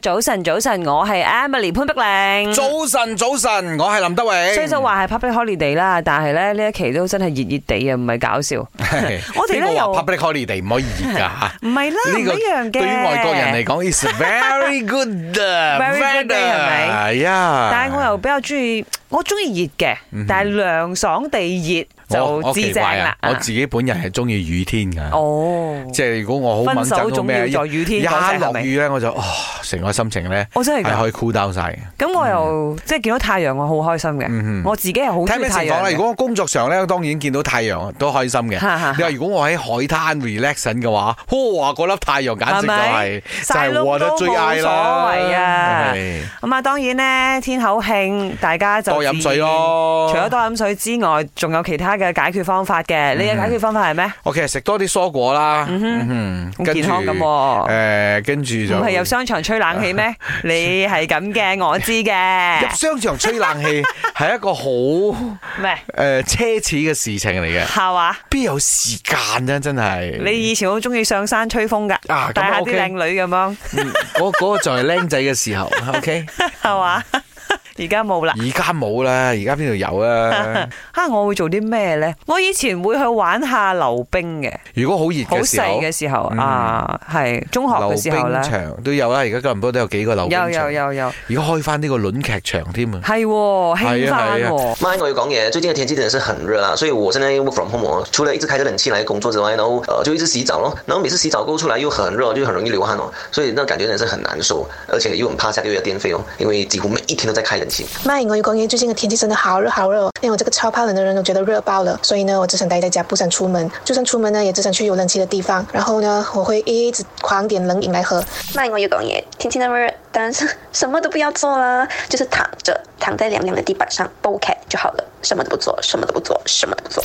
早晨，早晨，我係 Emily 潘碧玲。早晨，早晨，我係林德榮。嗯雖然就 話係 public holiday 啦，但係咧呢一期都真係熱熱地啊，唔係搞笑。我哋咧邊個話又 public holiday 唔可以熱㗎 吓。唔係啦，唔呢個一樣嘅。對於外國人嚟講，is very good uh, Very good day，係咪係啊，但係我又比較中意，我中意熱嘅，但係涼爽地熱我就我至奇正怪啦啊。我自己本人係中意雨天㗎，哦，即係如果我好分猛手憎到總咩，要一在雨天嗰一陣係落咪？雨咧我就哦，成個心情咧我真係嗯係㗎可以 cool down 晒嘅。咁我又即係見到太陽，我好開心嘅。我自己係好睇中意咩情太況啦？陽如嘅。果我工作上咧，當然見到太陽都開心嘅。哈哈哈你話如果我喺海灘 relax 緊嘅話，哇！嗰粒太陽簡直就係晒就係窿我都得最冇嗌所啦。謂啊！係咁啊，當然咧，天口慶，大家就多飲水自咯。然。除咗多飲水之外，仲有其他嘅解決方法嘅。你嘅解決方法係咩？ OK，食多啲蔬果啦。嗯哼好健康咁喎誒，跟住就啊唔係有商場吹冷氣 咩？你係咁嘅，我知嘅入。 商場吹 冷氣係一個好咩？誒奢侈嘅事情嚟嘅，係嘛？邊有時間啫？真係你以前好中意上山吹風㗎，啊咁帶下啲 OK 靚女咁樣，嗯嗰嗰個就係僆仔嘅時候。OK，係嘛？而家冇啦。而家冇啦，而家邊度 有啊？啊，我會做啲咩呢？我以前會去玩下溜冰嘅，如果好熱好嘅時細候，嘅時候嗯啊，係中學溜嘅時候冰啦，場都有啦，而家吉隆坡都有幾個溜冰有有場，有有，而家開翻呢個輪劇場添啊！係喎興係啊翻係啊喎。妈，我有讲嘢，最近的天气真的是很热啊，所以我现在 work from home，哦除了一直开着冷气来工作之外，然后呃就一直洗澡咯，然后每次洗澡过后出来又很热，就很容易流汗哦，所以那感觉真的是很难受，而且又很怕下个月的电费哦，因为几乎每一天都在开冷气。卖我有公寓最近的天气真的好热好热、哦，连我这个超怕冷的人都觉得热爆了。所以呢，我只想待在家，不想出门。就算出门呢，也只想去有冷气的地方。然后呢，我会一直狂点冷饮来喝。卖我有狗爷，天气那么热，当然是什么都不要做啦， 就是躺着，躺在凉凉的地板上 b o cat 就好了，什么都不做，什么都不做，什么都不做。